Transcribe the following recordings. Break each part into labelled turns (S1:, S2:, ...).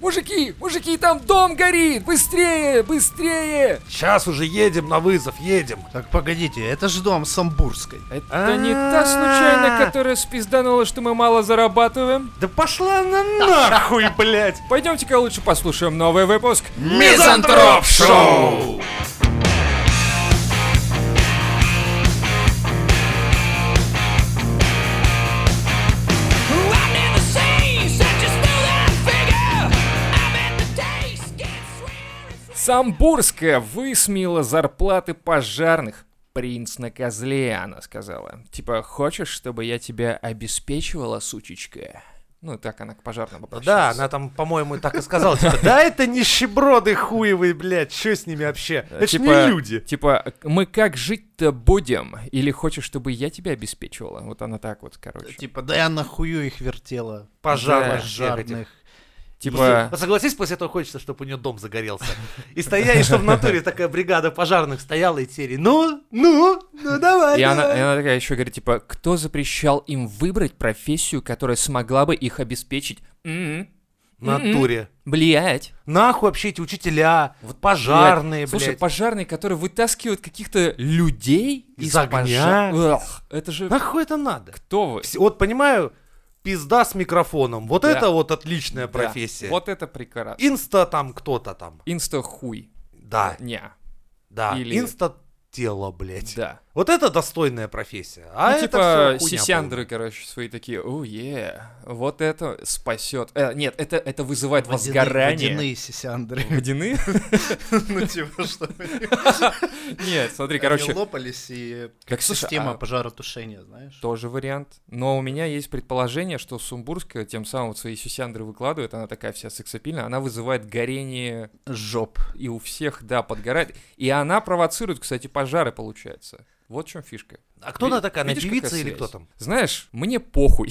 S1: Мужики, мужики, там дом горит! Быстрее, быстрее!
S2: Сейчас уже едем на вызов, едем.
S3: Так, погодите, это же дом Самбурской.
S1: Это не та случайно, которая спизданула, что мы мало зарабатываем?
S2: Да пошла на нахуй, блядь!
S1: Пойдемте-ка лучше послушаем новый выпуск.
S2: Мизантроп Шоу!
S4: I've never seen such a smooth-eyed figure. I bet the taste gets sweeter and sweeter.
S1: Самбурская высмеяла зарплаты пожарных. Принц на козле, она сказала. Типа, хочешь, чтобы я тебя обеспечивала, сучечка? Ну, так она к пожарному
S2: Да,
S1: обращалась.
S2: она там, по-моему, так и сказала. типа, да это нищеброды хуевые, блядь, что с ними вообще? Это ж
S1: Типа-
S2: не люди.
S1: Типа, мы как жить-то будем? Или хочешь, чтобы я тебя обеспечивала? Вот она так вот, короче.
S3: Типа, да я нахую их вертела.
S2: Пожарных
S1: Да,
S2: всех этих.
S3: Жарных.
S1: Типа,
S2: Ну, Согласись, после этого хочется, чтобы у нее дом загорелся. И стоя, и что в натуре такая бригада пожарных стояла и тери. Ну, ну, ну давай,
S1: и она,
S2: давай».
S1: и она такая еще говорит, типа, кто запрещал им выбрать профессию, которая смогла бы их обеспечить? М-м. М,
S2: В натуре.
S1: Блять.
S2: Нахуй вообще эти учителя, пожарные,
S1: Слушай,
S2: Э, блядь.
S1: пожарные, которые вытаскивают каких-то людей
S2: Из
S1: из,
S2: огня.
S1: пожа- Эх, это же...
S2: Нахуй это надо?
S1: Кто вы?
S2: Вс- Вот понимаю, пизда с микрофоном. Вот
S1: Да.
S2: это вот отличная
S1: Да,
S2: профессия.
S1: Вот это прекрасно.
S2: Инста там кто-то там.
S1: Инста-хуй.
S2: Да,
S1: Ня.
S2: да.
S1: Или-
S2: Инста тело, блядь.
S1: Да.
S2: Вот это достойная профессия. А
S1: Ну,
S2: это
S1: типа
S2: всё хуйня
S1: сисяндры, короче, свои такие, о, е, вот это спасет. Э, нет, это, это вызывает
S3: Водяные-
S1: возгорание.
S3: Водяные сисяндры.
S1: Водяные?
S3: Ну, типа, что они
S1: Нет, смотри, короче,
S3: лопались и...
S1: Так,
S3: Как
S1: слушай,
S3: система
S1: а-
S3: пожаротушения, знаешь?
S1: тоже вариант. Но у меня есть предположение, что Сумбурская тем самым вот свои сисяндры выкладывает, она такая вся сексапильная, она вызывает горение
S3: Жоп.
S1: и у всех, да, подгорает. И она провоцирует, кстати, пожары, получается. Вот в чем фишка.
S2: полная. А кто она такая, она
S1: Видишь, какая
S2: певица или
S1: связь?
S2: кто там?
S1: Знаешь, мне похуй.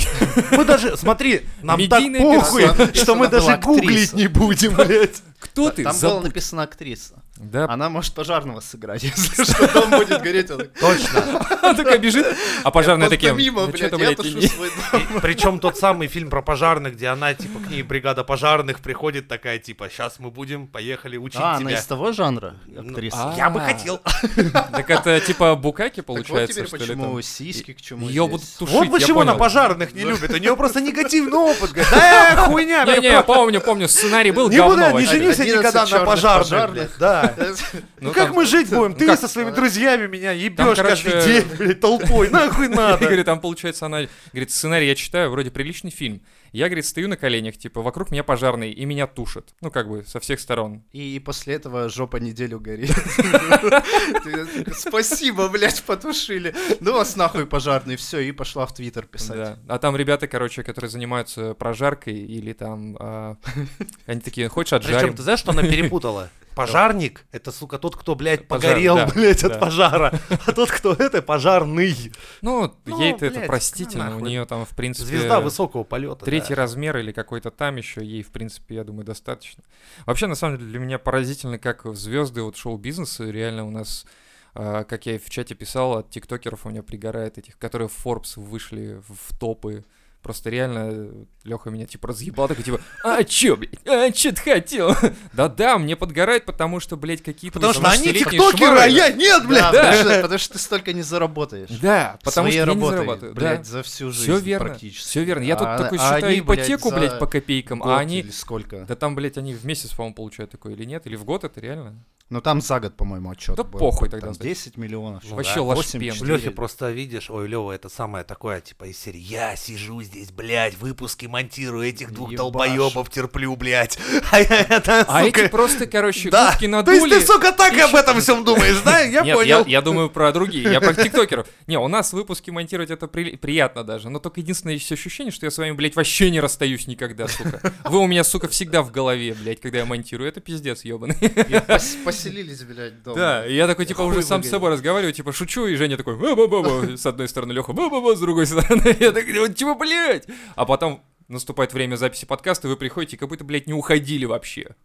S2: Мы даже, смотри, нам так
S1: Медийная
S2: похуй,
S3: персона.
S2: что мы
S3: Она была
S2: даже гуглить
S3: актриса.
S2: не будем, блядь.
S1: Кто ты?
S3: Там А была
S1: Забудь.
S3: написана актриса.
S1: Да,
S3: Она может пожарного сыграть, если что, дом будет гореть. он так,
S2: Точно.
S1: Она такая бежит, а пожарные такие...
S3: «Пантомима,
S1: «Ну чё
S3: блядь,
S1: ты,
S3: я
S1: блядь,
S3: тушу
S1: не-
S3: свой дом».
S2: Причем тот самый фильм про пожарных, где она, типа, к ней бригада пожарных приходит такая, типа, сейчас мы будем, поехали учить
S3: А, она
S2: тебя.
S3: из того жанра
S2: Ну,
S3: актриса?
S1: а,
S2: Я бы хотел.
S1: Так это типа букаки
S3: Так вот
S1: получается,
S3: теперь
S1: что ли?
S3: почему
S1: там?
S3: сиськи, к чему
S1: Ее будут
S3: здесь.
S1: тушить,
S2: Вот
S1: я
S2: почему она
S1: понял.
S2: пожарных не любит. У нее просто негативный опыт. Говорит, Да, хуйня,
S1: Не,
S2: блядь,
S1: не, я помню, помню, сценарий был
S2: Никуда
S1: говно
S2: не
S1: вообще.
S2: женюсь я
S3: 11
S2: никогда на
S3: чёрных
S2: пожарных,
S3: пожарных.
S2: блядь, да. Ну
S1: Ну,
S2: как
S1: там-
S2: мы жить будем? Ты
S1: как-
S2: со своими друзьями меня ебешь
S1: короче,
S2: каждый день, блядь, толпой. Нахуй
S1: И,
S2: надо.
S1: говорит, там получается она, говорит, сценарий я читаю, вроде приличный фильм. Я, говорит, стою на коленях, типа, вокруг меня пожарный, и меня тушат. Ну, как бы, со всех сторон.
S3: И после этого жопа неделю горит. Спасибо, блядь, потушили. Ну вас нахуй пожарный, все, и пошла в Твиттер писать.
S1: Да. А там ребята, короче, которые занимаются прожаркой или там... а, Они такие, хочешь
S2: Причем
S1: отжарим?
S2: ты знаешь, что она перепутала? Пожарник — это, сука, тот, кто, блядь,
S1: Пожар,
S2: погорел,
S1: да,
S2: блядь,
S1: да.
S2: от пожара. А тот, кто это, пожарный.
S1: Ну,
S2: Ну,
S1: ей-то это
S2: блядь,
S1: простительно, у
S2: нахуй.
S1: нее там, в принципе...
S2: Звезда высокого полета.
S1: Третий
S2: да.
S1: размер или какой-то там еще, ей, в принципе, я думаю, достаточно. Вообще, на самом деле, для меня поразительно, как звезды вот шоу-бизнеса реально у нас, а, как я и в чате писал, от тиктокеров у меня пригорает этих, которые в Forbes вышли в топы. Просто реально Леха меня типа разъебал, такой типа, а чё, блядь, а чё ты хотел? Да-да, мне подгорает, потому что, блядь, какие-то...
S2: Потому что они
S1: 18-летние
S2: тиктокеры, а
S1: шмары.
S2: я нет,
S3: Да,
S2: блядь.
S1: да.
S3: потому что- потому что ты столько не заработаешь.
S1: Да, потому что
S3: Своей
S1: я не
S3: работой,
S1: зарабатываю. да.
S3: блядь, за всю жизнь
S1: Все верно,
S3: практически.
S1: все верно. Я тут
S3: А-
S1: такой
S3: а
S1: считаю
S3: они, блядь,
S1: ипотеку,
S3: за
S1: блядь, по копейкам, а
S3: год
S1: они...
S3: или сколько?
S1: Да там, блядь, они в месяц, по-моему, получают такое или нет, или в год это реально?
S3: Ну там за год, по-моему, отчет
S1: Да
S3: был.
S1: похуй
S3: Там
S1: тогда.
S3: 10 миллионов. что ли,
S1: Вообще
S3: да,
S1: лошпен.
S3: 8,
S1: У
S2: У
S3: 4.
S2: Лехи просто видишь, ой, Лева, это самое такое, типа, из серии, я сижу здесь, блядь, выпуски монтирую, этих двух
S3: Ебаш.
S2: долбоебов терплю, блядь. А я это,
S1: А эти
S2: сука,
S1: просто, короче,
S2: да.
S1: утки
S2: То есть
S1: надули.
S2: ты, сука, так об этом всем думаешь, да? Я
S1: Нет, я,
S2: понял.
S1: я думаю про другие, я про тиктокеров. Не, у нас выпуски монтировать это при- приятно даже, но только единственное есть ощущение, что я с вами, блядь, вообще не расстаюсь никогда, сука. Вы у меня, сука, всегда в голове, блядь, когда я монтирую, это пиздец, ебаный.
S3: И пос- Поселились, блядь, дома.
S1: Да, и я такой, типа, уже
S3: хуй
S1: сам с
S3: выгоню.
S1: собой разговариваю, типа, шучу, и Женя такой, ба-ба-ба, с одной стороны Леха, ба-ба-ба, с другой стороны. Я так, вот чего, блядь? А потом наступает время записи подкаста, вы приходите, как будто, блядь, не уходили вообще.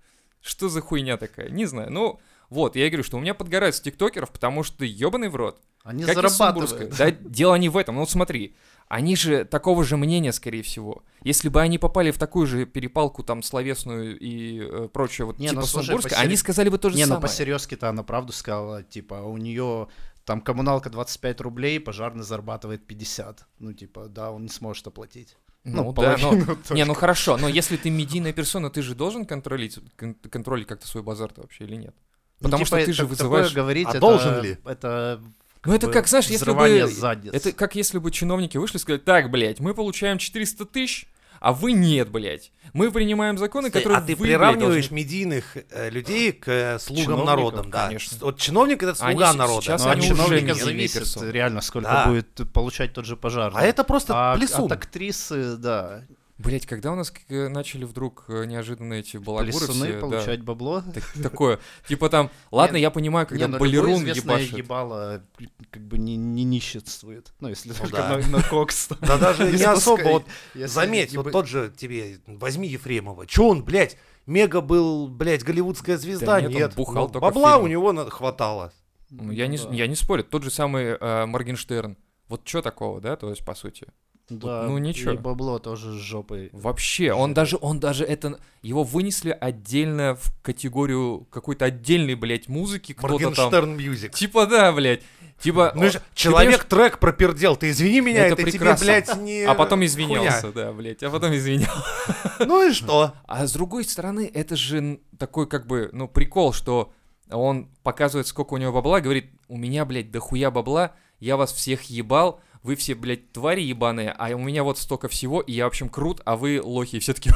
S1: Что за хуйня такая? Не знаю, ну... Вот, я и говорю, что у меня подгорает с тиктокеров, потому что ебаный в рот.
S3: Они
S1: Как и с Сумбурской.
S3: зарабатывают.
S1: Да, дело не в этом. Ну вот смотри, Они же такого же мнения, скорее всего. Если бы они попали в такую же перепалку там словесную и э, прочее, вот
S3: Не,
S1: типа
S3: ну, слушай,
S1: Самбурска,
S3: посер-
S1: они сказали бы то же
S3: Не, ну
S1: самое.
S3: по то она правду сказала, типа, у нее там коммуналка 25 рублей, пожарный зарабатывает 50. Ну, типа, да, он не сможет оплатить.
S1: Ну,
S3: Ну,
S1: да, но...
S3: половину только.
S1: Не, ну хорошо, но если ты медийная персона, ты же должен контролить, кон- контролить как-то свой базар-то вообще или нет?
S3: Ну,
S1: Потому
S3: типа,
S1: что ты
S3: это-
S1: же
S3: такое
S1: вызываешь...
S3: говорить,
S2: А
S3: это-
S2: должен ли?
S3: Это
S1: Ну это
S3: бы
S1: как, знаешь, если
S3: взрывание
S1: бы...
S3: задниц.
S1: Это как если бы чиновники вышли и сказали, так, блядь, мы получаем 400 тысяч, а вы нет, блядь. Мы принимаем законы,
S2: Стой,
S1: которые
S2: а ты
S1: вы, блядь,
S2: приравниваешь
S1: должны-то».
S2: медийных э, людей к э, слугам
S1: Чиновников,
S2: народа, да.
S1: конечно.
S2: Вот чиновник это
S1: Они
S2: слуга
S1: с-
S2: народа. а
S1: сейчас
S3: Ну, от
S1: они уже
S3: чиновника
S1: не
S3: зависит
S1: персоны.
S3: реально, сколько
S2: Да.
S3: будет получать тот же пожарный.
S2: А это просто
S3: А-
S2: плесун.
S3: От актрисы, да,
S1: Блядь, когда у нас к- э, начали вдруг э, неожиданно эти балагуры
S3: плесуны
S1: все, да,
S3: получать бабло.
S1: так- такое, типа там, ладно,
S3: Не,
S1: я понимаю, когда
S3: Не, ну, любое
S1: балерун
S3: известное
S1: ебашит.
S3: ебало как бы не, не нищетствует. Ну, если только
S2: да.
S3: на, на кокс.
S2: Да даже не
S3: Если
S2: особо.
S3: пускай-
S2: Вот
S3: если
S2: заметь,
S3: не
S2: вот
S3: бы-
S2: тот же тебе, возьми Ефремова. Че он, блядь, мега был, блядь, голливудская звезда?
S1: нет, он
S2: нет,
S1: бухал
S2: Ну,
S1: только в
S2: бабла у
S1: фильмах.
S2: него на- хватало.
S1: Ну, я, не, с-
S3: Да.
S1: я не спорю, тот же самый э, Моргенштерн. Вот что такого, да, то есть, по сути.
S3: Да,
S1: ну, ничего.
S3: И бабло тоже с жопой.
S1: Вообще, он даже, он даже это, его вынесли отдельно в категорию какой-то отдельной, блядь, музыки, кто-то там.
S2: Моргенштерн Мьюзик.
S1: Типа да, блядь. Типа,
S2: Ну,
S1: о,
S2: ж-
S1: ты
S2: человек трек пропердел, ты извини меня,
S1: Это
S2: это, тебе,
S1: прекрасно.
S2: блядь, не
S1: понимаешь? А потом
S2: хуйня.
S1: извинялся, да, блядь. А потом извинялся.
S2: Ну и что?
S1: А с другой стороны, это же н- такой как бы, ну, прикол, что он показывает, сколько у него бабла, говорит, у меня, блядь, дохуя бабла, я вас всех ебал, вы все, блядь, твари ебаные, а у меня вот столько всего, и я, в общем, крут, а вы лохи. И все таки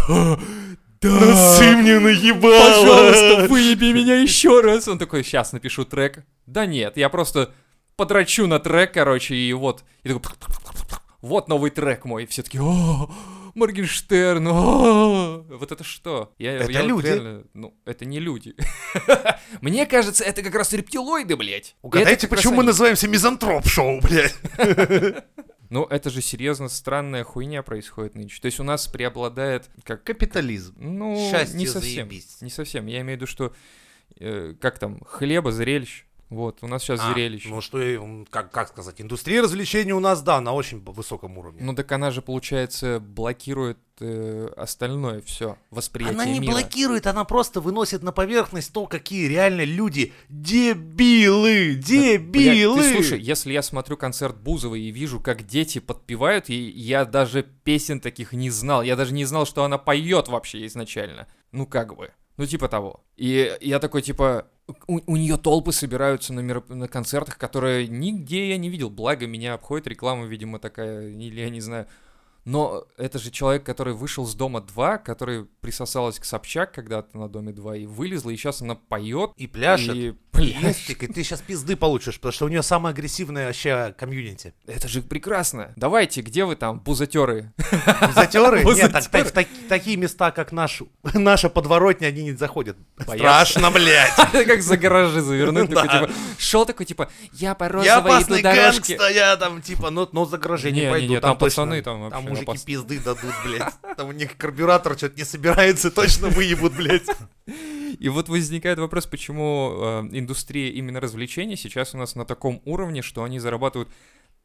S1: да,
S2: мне наебал.
S1: пожалуйста, выеби меня еще раз. Он такой, сейчас напишу трек. Да нет, я просто потрачу на трек, короче, и вот. И такой, вот новый трек мой. И все таки о, Моргенштерн, о, вот это что? Я,
S2: Это
S1: я вот
S2: люди.
S1: реально- ну, это не люди. Мне кажется, это как раз рептилоиды, блядь. Это типа
S2: Угадайте,
S1: как раз
S2: почему мы
S1: они.
S2: называемся мизантроп-шоу, блядь?
S1: Ну, это же серьезно странная хуйня происходит нынче. То есть у нас преобладает, как
S3: Капитализм.
S1: Ну,
S2: Счастье
S1: не совсем.
S2: заебись.
S1: Не совсем. Я имею в виду, что э, как там, хлеба, зрелищ. Вот, у нас сейчас
S2: А,
S1: зрелище. Ну...
S2: Ну что, э, как, как сказать, индустрия развлечений у нас, да, на очень б- высоком уровне.
S1: Ну, так она же, получается, блокирует э, остальное все восприятие
S2: она не
S1: мира.
S2: блокирует, она просто выносит на поверхность то, какие реально люди дебилы,
S1: Блядь,
S2: дебилы.
S1: ты слушай, если я смотрю концерт Бузовой и вижу, как дети подпевают, и я даже песен таких не знал. Я даже не знал, что она поет вообще изначально. Ну, как бы. Ну, типа того. И я такой, типа, у, нее толпы собираются на, мероп- на концертах, которые нигде я не видел. Благо, меня обходит реклама, видимо, такая, или я не знаю. Но это же человек, который вышел с дома 2, который присосалась к Собчак когда-то на доме 2 и вылезла, и сейчас она поет.
S2: и пляшет.
S1: И,
S2: И
S1: блядь,
S2: Лёстик, и ты сейчас пизды получишь, потому что у нее самая агрессивная вообще комьюнити.
S1: Это же прекрасно. Давайте, где вы там, бузатеры?
S2: Затеры? Нет, так-
S1: Бузатеры.
S2: так- в таки- такие места, как наш, наша подворотня, они не заходят.
S1: Боятся.
S2: Страшно, блядь.
S1: Как за гаражи завернуть, такой,
S2: Да.
S1: типа, шел такой, типа, я по
S2: Я
S1: розовой иду
S2: опасный
S1: дорожке.
S2: гэнгста, я там типа, ну, ну за гаражей не,
S1: Не, не,
S2: пойду.
S1: не,
S2: там,
S1: там пацаны
S2: точно-
S1: там вообще
S2: Там мужики
S1: опасные.
S2: пизды дадут, блядь. Там у них карбюратор что-то не собирается, точно выебут, блядь.
S1: И вот возникает вопрос, почему э, индустрия именно развлечений сейчас у нас на таком уровне, что они зарабатывают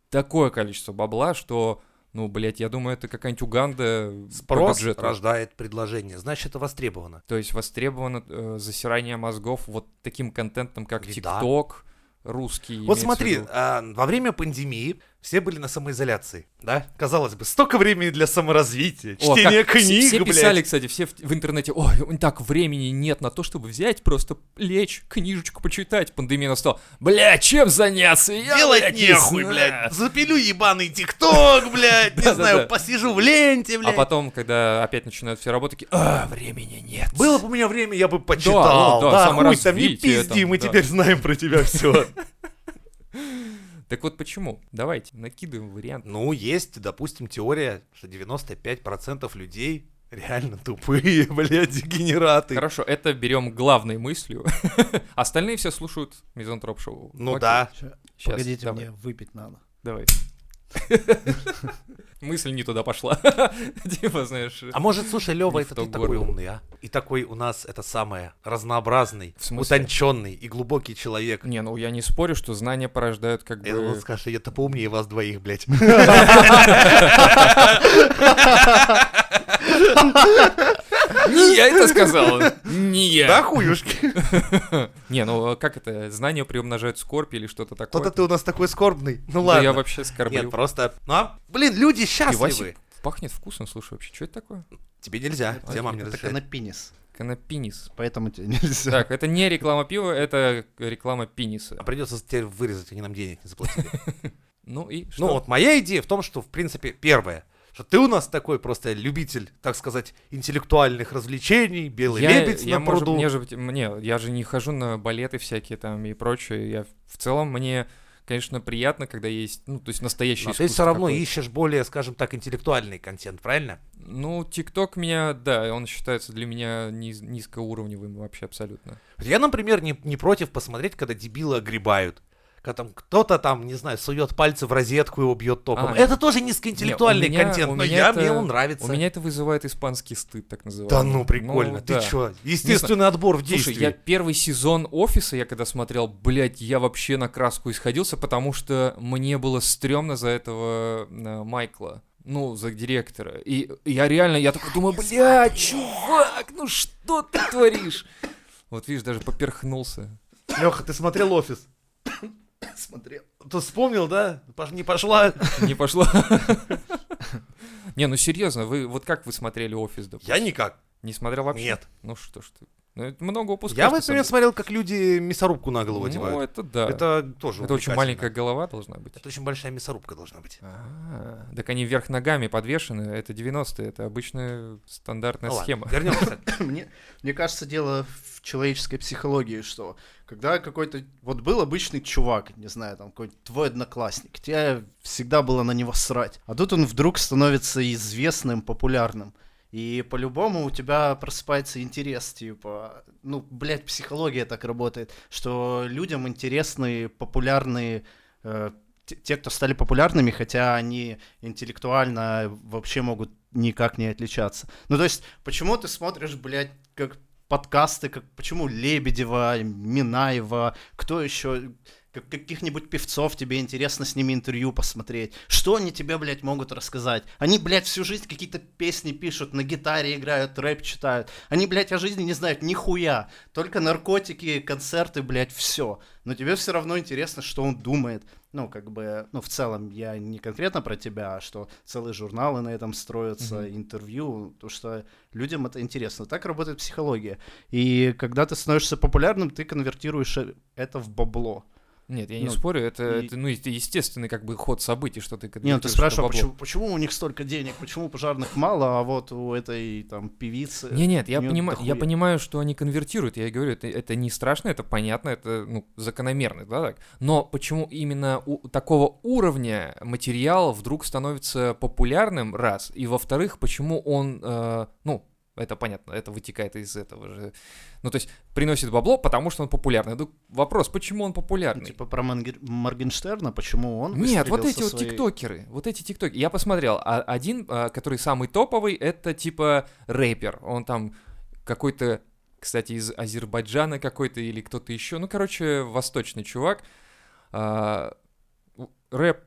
S1: такое количество бабла, что, ну, блядь, я думаю, это какая-нибудь Уганда по
S2: Спрос
S1: бюджету.
S2: рождает предложение, значит, это востребовано.
S1: То есть востребовано э, засирание мозгов вот таким контентом, как
S2: Ведь да.
S1: ТикТок, русский.
S2: Вот
S1: имеется в
S2: смотри,
S1: виду.
S2: а, во время пандемии все были на самоизоляции, да? Казалось бы, столько времени для саморазвития,
S1: О,
S2: чтения
S1: как все-
S2: книг,
S1: Все
S2: блядь.
S1: писали, кстати, все в, в интернете, ой, у- так, времени нет на то, чтобы взять, просто лечь, книжечку почитать. Пандемия настала. Бля, чем заняться? Я,
S2: Делать
S1: блядь, не
S2: нехуй,
S1: знаю».
S2: блядь. Запилю ебаный тикток, блядь. Не
S1: Да-да-да.
S2: знаю, посижу в ленте,
S1: А
S2: блядь.
S1: потом, когда опять начинают все работать, такие, а, времени нет.
S2: Было бы у меня время, я бы почитал.
S1: ну да,
S2: Да, хуй там, не
S1: саморазвитие
S2: пизди,
S1: там,
S2: мы
S1: да.
S2: теперь знаем про тебя все.
S1: Так вот почему? Давайте, накидываем вариант.
S2: Ну, есть, допустим, теория, что 95% людей реально тупые, блядь, дегенераты.
S1: Хорошо, это берем главной мыслью. Остальные все слушают мизантроп шоу.
S2: Ну
S1: Окей.
S2: да.
S3: Ща,
S1: Щас,
S3: Погодите,
S1: давай,
S3: мне выпить надо.
S1: Давай. Мысль не туда пошла. Типа, знаешь...
S2: А может, слушай, Лева,
S1: Не в
S2: это
S1: то
S2: ты такой
S1: горло.
S2: умный, а? И такой у нас это самое разнообразный,
S1: В смысле?
S2: утонченный и глубокий человек.
S1: Не, ну я не спорю, что знания порождают как
S2: И он
S1: бы...
S2: скажет, я-то поумнее вас двоих, блядь.
S1: Не я это сказал! Не
S2: Да,
S1: я!
S2: хуюшки.
S1: Не, ну а как это? Знания приумножают скорбь или что-то такое?
S2: Кто-то ты у нас такой скорбный. Ну
S1: Да я
S2: ладно.
S1: вообще
S2: Нет,
S1: скорблю.
S2: просто... Ну, а, блин, люди счастливы.
S1: Пивасик пахнет вкусом, слушай, вообще, что это такое?
S2: Тебе нельзя, тебе мам не
S3: Так и
S2: разрешает.
S3: на пенис.
S1: Канапинис.
S3: Поэтому тебе нельзя.
S1: Так, это не реклама пива, это реклама пениса.
S2: А придется теперь вырезать, они нам денег не заплатили.
S1: Ну и что?
S2: Ну вот моя идея в том, что, в принципе, первое, что ты у нас такой просто любитель, так сказать, интеллектуальных развлечений, белый
S1: я,
S2: лебедь
S1: я,
S2: на
S1: может,
S2: пруду.
S1: мне же, мне, я же не хожу на балеты всякие там и прочее. Я в целом мне, конечно, приятно, когда есть, ну, то есть настоящий
S2: Но ты все равно ищешь более, скажем так, интеллектуальный контент, правильно?
S1: Ну, ТикТок меня, да, он считается для меня низ- низкоуровневым вообще абсолютно.
S2: Я, например, не, не против посмотреть, когда дебилы огребают. Когда там кто-то там, не знаю, сует пальцы в розетку и убьет током.
S1: А,
S2: это тоже низкоинтеллектуальный
S1: Не, у меня-
S2: контент,
S1: у
S2: но
S1: меня
S2: я,
S1: это-
S2: мне он нравится.
S1: У меня это вызывает испанский стыд, так называемый.
S2: Да ну, прикольно. ты
S1: да.
S2: чё? Естественный отбор в действии.
S1: Слушай, я первый сезон «Офиса», я когда смотрел, блядь, я вообще на краску исходился, потому что мне было стрёмно за этого э, Майкла. Ну, за директора. И я реально, я такой думаю, блядь, чувак, ну что ты творишь? Вот видишь, даже поперхнулся.
S2: Леха, ты смотрел офис?
S3: Смотрел.
S2: Ты вспомнил, да? Пош- Не пошла.
S1: Не пошло. Не, ну серьезно, вы вот как вы смотрели офис, допустим?
S2: Я никак.
S1: Не смотрел вообще?
S2: Нет.
S1: Ну что ж ты. Ну, это много упускаешь.
S2: Я,
S1: на
S2: вот,
S1: самом
S2: например, смотрел, как люди мясорубку на голову
S1: деле. Ну,
S2: одевают.
S1: это да. Это,
S2: Это тоже
S1: очень
S2: увлекательно.
S1: маленькая голова должна быть.
S2: Это очень большая мясорубка должна быть.
S1: А, Так они вверх ногами подвешены, это 90-е, это обычная стандартная
S2: Ну ладно,
S1: схема.
S2: Вернемся.
S3: Мне, мне кажется, дело в человеческой психологии, что когда какой-то... Вот был обычный чувак, не знаю, там, какой-то твой одноклассник, тебе всегда было на него срать. А тут он вдруг становится известным, популярным. И по-любому у тебя просыпается интерес, типа, ну, блядь, психология так работает, что людям интересны популярные э, те- те, кто стали популярными, хотя они интеллектуально вообще могут никак не отличаться. Ну, то есть, почему ты смотришь, блядь, как подкасты, как, почему Лебедева, Минаева, кто еще, как- каких-нибудь певцов, тебе интересно с ними интервью посмотреть. Что они тебе, блядь, могут рассказать? Они, блядь, всю жизнь какие-то песни пишут, на гитаре играют, рэп читают. Они, блядь, о жизни не знают нихуя. Только наркотики, концерты, блядь, все. Но тебе все равно интересно, что он думает. Ну, как бы, ну, в целом, я не конкретно про тебя, а что целые журналы на этом строятся,
S1: Мгм.
S3: интервью, то, что людям это интересно. Так работает психология. И когда ты становишься популярным, ты конвертируешь э- это в бабло.
S1: Нет, я не
S3: Ну,
S1: спорю, это,
S3: и-
S1: это, ну, это естественный как бы ход событий, что ты...
S3: Не, ну ты
S1: конвертируешь
S3: спрашивал,
S1: на бабло.
S3: почему, почему у них столько денег, почему у пожарных мало, а вот у этой там певицы.
S1: Не, нет, я,
S3: Не,
S1: понима-
S3: дохуя.
S1: я понимаю, что они конвертируют. Я и говорю, это, это не страшно, это понятно, это ну, закономерно, да, так. Но почему именно у такого уровня материал вдруг становится популярным, раз, и во-вторых, почему он, э, ну, это понятно, это вытекает из этого же. Ну, то есть приносит бабло, потому что он популярный. Ну, вопрос, почему он
S3: Ну,
S1: популярный?
S3: типа про Мангер- Моргенштерна, почему он
S1: Нет, вот
S3: выстрелил
S1: эти
S3: со
S1: вот
S3: своей-
S1: тиктокеры, вот эти тиктокеры. Я посмотрел, а один, а, который самый топовый, это типа рэпер. Он там какой-то, кстати, из Азербайджана какой-то или кто-то еще. Ну, короче, восточный чувак. А, у- Рэп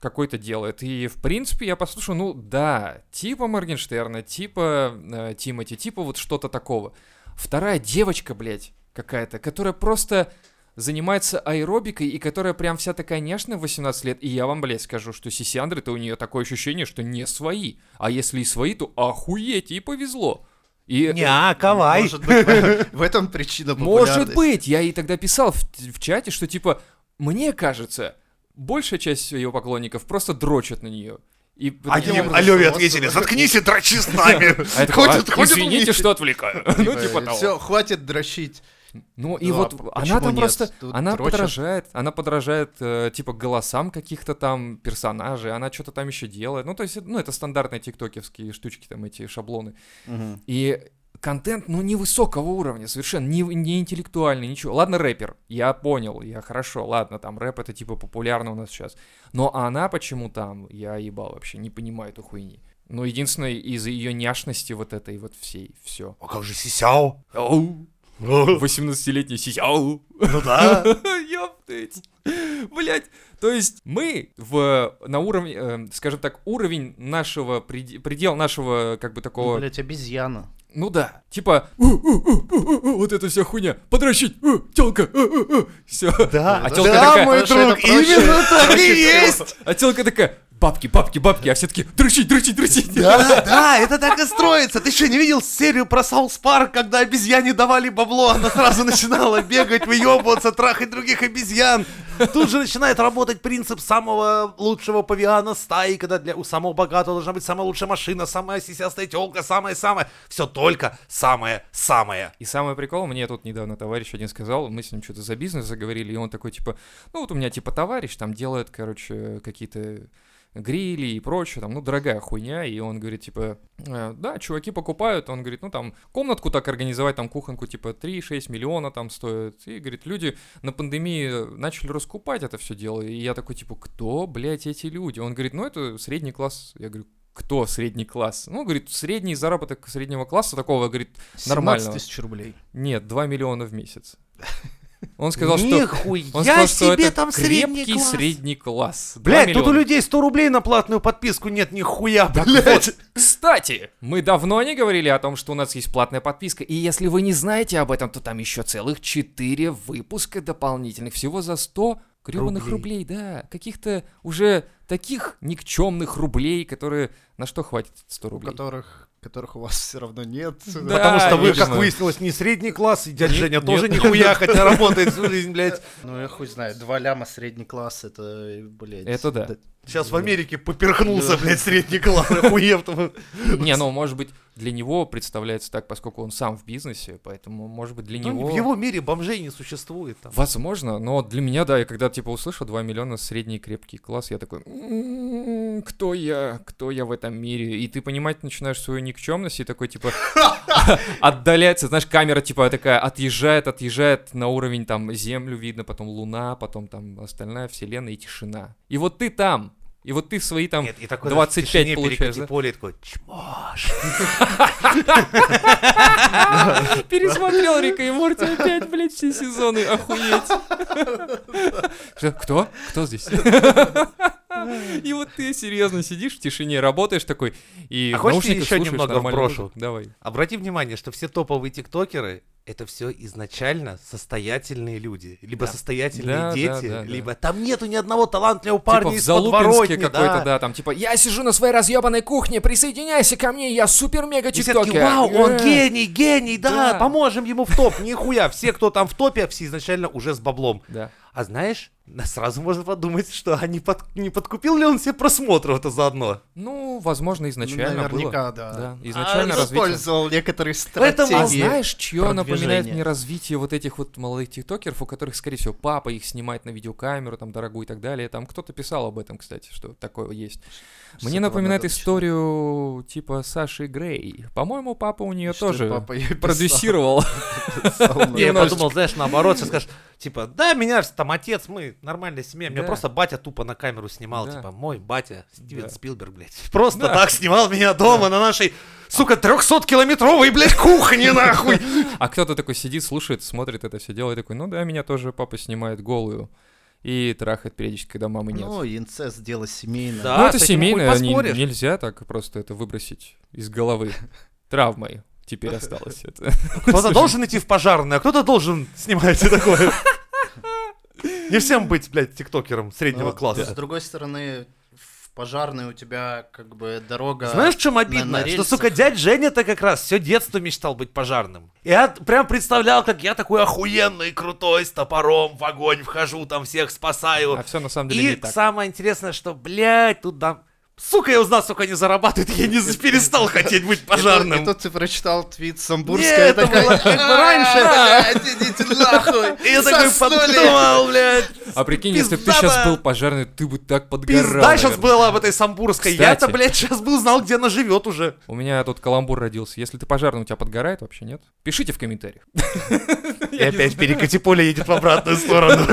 S1: какой-то делает. И, в принципе, я послушал, ну, да, типа Моргенштерна, типа э, Тимати, типа вот что-то такого. Вторая девочка, блядь, какая-то, которая просто занимается аэробикой и которая прям вся такая няшная в 18 лет. И я вам, блядь, скажу, что Сисяндры, то у нее такое ощущение, что не свои. А если и свои, то охуеть, ей повезло. И э,
S2: Не, а кавай.
S3: Может быть, в- в этом причина
S1: может
S3: популярности.
S1: быть, я ей тогда писал в, в чате, что типа, мне кажется, большая часть ее поклонников просто дрочат на нее. И
S2: А
S1: таким
S2: ему-
S1: образом-
S2: а Леве
S3: просто-
S2: ответили, заткнись и дрочи с нами.
S1: А я такой,
S2: Ходит,
S1: «А,
S2: ходит
S1: извините,
S2: умничает.
S1: что отвлекаю. Ну, типа того.
S3: Все, э, хватит дрочить.
S1: Ну, и
S3: Да,
S1: вот
S3: а п-
S1: она
S3: почему
S1: там
S3: нет?
S1: просто...
S3: Тут
S1: Она
S3: дрочат.
S1: подражает, она подражает, э, типа, голосам каких-то там персонажей, она что-то там еще делает. Ну, то есть, ну, это стандартные тиктокерские штучки, там, эти шаблоны.
S3: Мгм.
S1: И контент, ну, невысокого уровня совершенно, не, не интеллектуальный, ничего. Ладно, рэпер, я понял, я хорошо, ладно, там рэп это типа популярно у нас сейчас. Но она почему там, я ебал вообще, не понимаю эту хуйни. Ну, единственное, из-за ее няшности вот этой вот всей, все.
S2: А как же Сисяо?
S1: Оу,
S2: Ну
S1: 18-летний сидел.
S2: да.
S1: Ёптыть. Блять. То есть мы в, на уровне, э, скажем так, уровень нашего, преди- предел нашего, как бы такого...
S3: Блять, обезьяна.
S1: Ну да, типа «У, у, у, у, у, у, вот эта вся хуйня, подращить, у, тёлка, у, у, у». Всё.
S2: Да,
S1: А
S3: да.
S1: тёлка
S3: Да,
S1: такая,
S3: мой
S2: Потому что
S3: друг,
S2: это проще-
S3: именно так
S2: проще
S3: и
S2: всего.
S3: есть!
S1: а тёлка такая, бабки, бабки, бабки, а все таки дрочить, дрочить, дрочить.
S2: Да, да, это так и строится. Ты что, не видел серию про Саус Парк, когда обезьяне давали бабло, она сразу начинала бегать, выебываться, трахать других обезьян. Тут же начинает работать принцип самого лучшего павиана стаи, когда для, у самого богатого должна быть самая лучшая машина, самая сисястая телка, самая-самая. Все только самое-самое.
S1: И самый прикол, мне тут недавно товарищ один сказал, мы с ним что-то за бизнес заговорили, и он такой, типа, ну вот у меня, типа, товарищ там делает, короче, какие-то грили и прочее, там, ну, дорогая хуйня, и он говорит, типа, «Э, да, чуваки покупают, он говорит, ну, там, комнатку так организовать, там, кухонку, типа, 3-6 миллиона там стоит, и, говорит, люди на пандемии начали раскупать это все дело, и я такой, типа, кто, блядь, эти люди? Он говорит, ну, это средний класс, я говорю, кто средний класс? Ну, говорит, средний заработок среднего класса такого, говорит,
S3: 17
S1: Нормально.
S3: тысяч рублей.
S1: нет, 2 миллиона в месяц. Он сказал, что...
S2: Нихуя
S1: Он сказал, что
S2: себе
S1: это
S2: там средний
S1: крепкий
S2: класс.
S1: средний класс. 2
S2: Блять, тут у
S1: миллиона.
S2: людей 100 рублей на платную подписку нет нихуя,
S1: Так
S2: блять.
S1: вот, кстати, мы давно не говорили о том, что у нас есть платная подписка, и если вы не знаете об этом, то там еще целых 4 выпуска дополнительных, всего за 100 гребаных
S2: Рублей.
S1: рублей, да, каких-то уже таких никчемных рублей, которые на что хватит 100
S3: У
S1: рублей?
S3: которых, которых у вас все равно нет.
S1: Да.
S2: Потому что вы, как
S1: видимо.
S2: выяснилось, не средний класс, и дядя
S1: Нет,
S2: Женя тоже
S1: нет.
S2: нихуя, хотя работает всю жизнь, блядь.
S3: Ну, я хуй знаю, два ляма средний класс, это, блядь.
S1: Это да.
S2: Сейчас в Америке поперхнулся, блядь, средний класс, охуев там.
S1: Не, ну, может быть, для него представляется так, поскольку он сам в бизнесе, поэтому, может быть, для
S2: Ну,
S1: него...
S2: В его мире бомжей не существует там.
S1: Возможно, но для меня, да, я когда типа услышал 2 миллиона средний крепкий класс, я такой, «М, кто я, кто я в этом мире? И ты понимать начинаешь свою никчемность и такой типа отдаляется, знаешь, камера типа такая отъезжает, отъезжает на уровень там землю видно, потом луна, потом там остальная вселенная и тишина. И вот ты там, и вот ты в свои там...
S2: Нет, и такой
S1: 25
S2: в тишине
S1: получается.
S2: перекати поле, и такой, чмош.
S1: Пересмотрел Рика и Морти опять, блядь, все сезоны, охуеть. Что, Кто? Кто здесь? И вот ты серьезно сидишь в тишине, работаешь такой, и
S2: А
S1: в
S2: хочешь,
S1: наушниках
S2: еще
S1: слушаешь
S2: немного
S1: нормальную
S2: вброшу?
S1: музыку? Давай.
S2: Обрати внимание, что все топовые тиктокеры это все изначально состоятельные люди, либо состоятельные
S1: Да, да,
S2: дети,
S1: да, да.
S2: либо там нету ни одного талантливого парня
S1: типа в
S2: из
S1: Залупинске
S2: подворотни,
S1: какой-то,
S2: да.
S1: да. там, типа, я сижу на своей разъебанной кухне, присоединяйся ко мне, я супер-мега
S2: И все таки,
S1: тиктокер.
S2: вау, он
S1: Э.
S2: гений, гений, да,
S1: Да.
S2: поможем ему в топ, нихуя. Все, кто там в топе, все изначально уже с баблом.
S1: Да.
S2: А знаешь, на- сразу можно подумать, что а не, под- не подкупил ли он себе просмотров-то заодно.
S1: Ну, возможно,
S2: Ну,
S1: изначально было.
S3: Наверняка, да.
S1: Да, изначально
S3: А,
S1: развитие.
S3: использовал некоторые
S2: этом
S3: стратегии.
S1: А знаешь, чье напоминает
S3: продвижения.
S1: мне развитие вот этих вот молодых тиктокеров, у которых, скорее всего, папа их снимает на видеокамеру, там, дорогую и так далее. Там кто-то писал об этом, кстати, что такое есть.
S3: С
S1: Мне
S3: этого
S1: напоминает
S3: надо начинать.
S1: историю типа Саши Грей. По-моему, папа у нее
S3: Что
S1: тоже
S3: папа ей писал?
S1: продюсировал.
S3: Ну,
S2: Я
S1: Немножечко.
S2: подумал, знаешь, наоборот, сейчас скажешь, типа, да, меня вс- там отец, мы нормальная семья, меня
S1: Да.
S2: просто батя тупо на камеру снимал,
S1: Да.
S2: типа, мой батя Стивен
S1: Да.
S2: Спилберг, блядь, просто так снимал меня дома на нашей, сука, 300-километровой, блядь, кухне, нахуй.
S1: А кто-то такой сидит, слушает, смотрит это все дело и такой, ну да, меня тоже папа снимает голую. И трахает периодически, когда мамы нет.
S3: Ну, инцест дело семейное.
S2: Да.
S1: Ну,
S2: а,
S1: это
S2: с этим хуй
S1: семейное, не-
S2: поспоришь.
S1: нельзя так просто это выбросить из головы. Травмой теперь осталось это.
S2: Кто-то должен идти в пожарную, а кто-то должен снимать и такое. Не всем быть, блядь, тиктокером среднего
S3: Но, Ну С
S2: класса.
S3: другой стороны, в пожарной у тебя как бы дорога...
S2: Знаешь, в чем
S3: на-
S2: обидно?
S3: на
S2: Что, сука,
S3: рельсах.
S2: дядь Женя-то как раз все детство мечтал быть пожарным. Я т- прям представлял, как я такой охуенный, крутой, с топором в огонь вхожу, там всех спасаю.
S1: А все на самом деле не
S2: И
S1: так.
S2: самое интересное, что, блядь, тут дам... Сука, я узнал, сколько они зарабатывают, я не за- перестал хотеть быть
S3: И
S2: пожарным.
S3: тут ты прочитал твит
S2: Не,
S3: Самбурская.
S2: это
S3: такая,
S2: было как бы
S3: «А,
S2: раньше.
S3: блядь, идите нахуй,
S2: И я такой
S3: соснули».
S2: подумал, блядь.
S1: А прикинь, если бы ты
S2: пизда
S1: сейчас
S2: бы.
S1: был пожарный, ты бы так подгорал.
S2: Пизда сейчас
S1: наверное.
S2: была об этой самбурской. Я-то,
S1: Кстати.
S2: блядь, сейчас бы узнал, где она живет уже.
S1: У меня тут каламбур родился. Если ты пожарный, у тебя подгорает вообще, нет? Пишите в комментариях.
S2: И опять перекати поле едет в обратную сторону.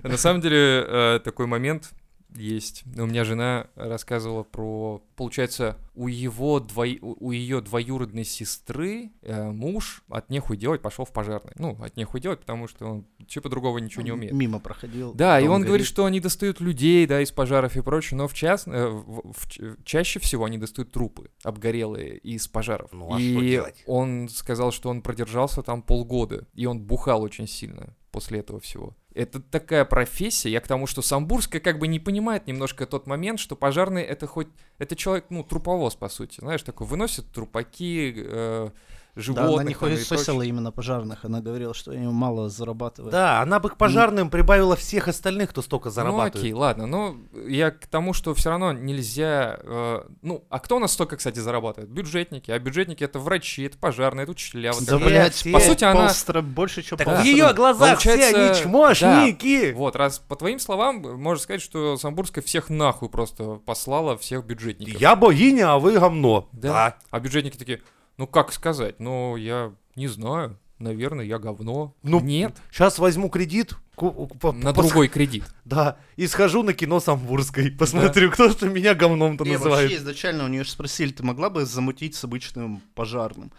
S1: На самом деле, э, такой момент есть. У меня жена рассказывала про, получается, у его двои- у ее двоюродной сестры э, муж от нехуй делать пошел в пожарный. Ну, от нехуй делать, потому что он типа другого ничего не умеет.
S3: Мимо проходил.
S1: Да, и
S3: потом
S1: он говорит, что они достают людей, да, из пожаров и прочее, но в част... э, в- в ч- чаще всего они достают трупы обгорелые из пожаров.
S2: Ну, а
S1: и
S2: что делать?
S1: он сказал, что он продержался там полгода, и он бухал очень сильно после этого всего. Это такая профессия, я к тому, что Самбурская как бы не понимает немножко тот момент, что пожарный это хоть... Это человек, ну, труповоз, по сути, знаешь, такой, выносит трупаки, э,
S3: Да,
S1: животных.
S3: она не
S1: там и прочее.
S3: хуесосила именно пожарных, она говорила, что они мало зарабатывают.
S2: Да, она бы к пожарным прибавила всех остальных, кто столько
S1: Ну
S2: зарабатывает.
S1: окей, ладно, но я к тому, что все равно нельзя... э, ну, а кто у нас столько, кстати, зарабатывает? Бюджетники. А бюджетники — это врачи, это пожарные, это учителя. Вот,
S3: Да,
S1: такие.
S3: блядь,
S2: все.
S3: по
S1: сути,
S3: сути,
S1: она-
S3: она... больше, чем
S2: Так
S1: Да.
S2: в ее глазах все
S1: Получается,
S2: они чмошники.
S1: вот, раз по твоим словам, можно сказать, что Самбурская всех нахуй просто послала, всех бюджетников.
S2: Я богиня, а вы говно.
S1: Да. А бюджетники такие, ну как сказать, ну я не знаю, наверное, я говно.
S2: Ну,
S1: Нет,
S2: Сейчас возьму кредит. ку- ку- по-
S1: на
S2: по-
S1: другой кредит.
S2: Да, и схожу на кино Самбурской. Посмотрю, кто что меня говном-то
S3: Не,
S2: называет.
S3: вообще изначально у нее же спросили, ты могла бы замутить с обычным пожарным?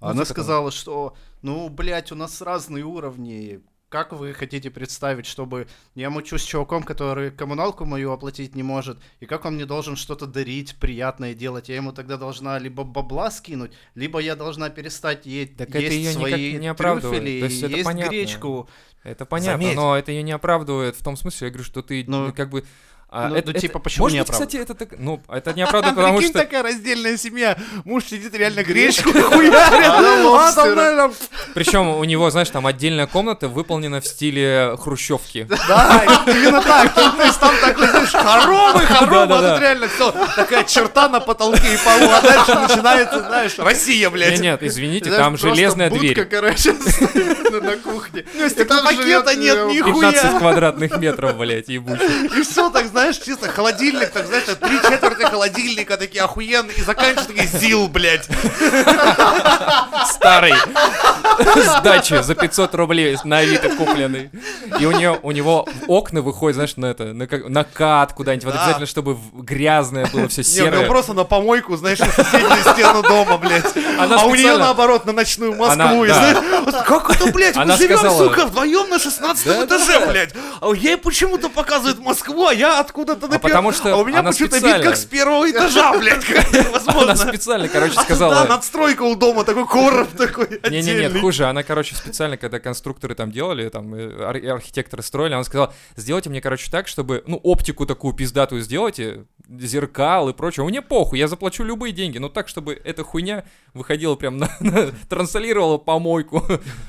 S3: А
S1: Ну,
S3: она
S1: типа того.
S3: сказала, что, ну, блядь, у нас разные уровни. Как вы хотите представить, чтобы я мучу с чуваком, который коммуналку мою оплатить не может, и как он мне должен что-то дарить, приятное делать? Я ему тогда должна либо бабла скинуть, либо я должна перестать е-
S1: Так это
S3: есть
S1: её никак
S3: свои
S1: не оправдывает.
S3: трюфели,
S1: То есть
S3: и
S1: это
S3: есть
S1: понятно.
S3: гречку.
S1: Это понятно,
S2: Заметь.
S1: но это ее не оправдывает в том смысле, я говорю, что ты
S3: Ну,
S1: ну, как бы... а,
S3: ну, ну, типа, почему
S1: может
S3: не
S1: быть, кстати, это так... Ну, это не оправдывает,
S2: А
S1: потому
S2: прикинь,
S1: что...
S2: такая раздельная семья. Муж сидит реально гречку хуярит.
S3: А она
S2: А там,
S3: лобстера.
S2: наверное,
S1: Причем у него, знаешь, там отдельная комната выполнена в стиле хрущевки.
S2: Да, именно так. То есть там такой, знаешь, хоромы, хоромы, а
S1: Да-да-да.
S2: тут реально все. Такая черта на потолке и полу, а дальше начинается, знаешь, Россия,
S1: Нет,
S2: блядь.
S1: нет, извините,
S3: Знаешь,
S1: там
S3: просто
S1: железная
S3: будка,
S1: дверь.
S3: короче, стоит на- на кухне.
S2: Ну, если
S3: И там
S2: пакета
S3: живет,
S2: нет,
S3: э,
S2: нихуя.
S1: 15 квадратных метров, блядь, ебучий.
S2: И все так, знаешь, чисто холодильник, так, знаешь, три четверти холодильника такие охуенные, и заканчиваются такие ЗИЛ, блядь.
S1: Старый. С дачи за 500 рублей на Авито купленный. И у, нее, у него окна выходят, знаешь, на это, на, как- на кат куда-нибудь. Вот
S2: Да.
S1: обязательно, чтобы в- грязное было все
S2: Не, у него
S1: серое.
S2: просто на помойку, знаешь, на соседнюю стену дома, блядь.
S1: Она
S2: а у нее
S1: специально-
S2: наоборот на ночную Москву.
S1: Она-
S2: и,
S1: да.
S2: знаешь, вот как это, блядь,
S1: Она
S2: мы живем,
S1: сказала-
S2: сука, вдвоем на 16 этаже, блядь. А ей почему-то показывают Москву, а я откуда-то на
S1: А потому что
S2: А у меня
S1: она
S2: почему-то вид
S1: специально.
S2: как с первого этажа, блядь, как
S1: Она
S2: невозможно.
S1: специально, короче,
S2: А Да,
S1: сказала...
S2: надстройка у дома, такой короб такой
S1: Не-не-не,
S2: отдельный.
S1: хуже. Она, короче, специально, когда конструкторы там делали, там э, ар- и архитекторы строили, она сказала, сделайте мне, короче, так, чтобы, ну, оптику такую пиздатую сделайте, зеркал и прочее. Мне похуй, я заплачу любые деньги, но так, чтобы эта хуйня выходила прям на, на- транслировала помойку.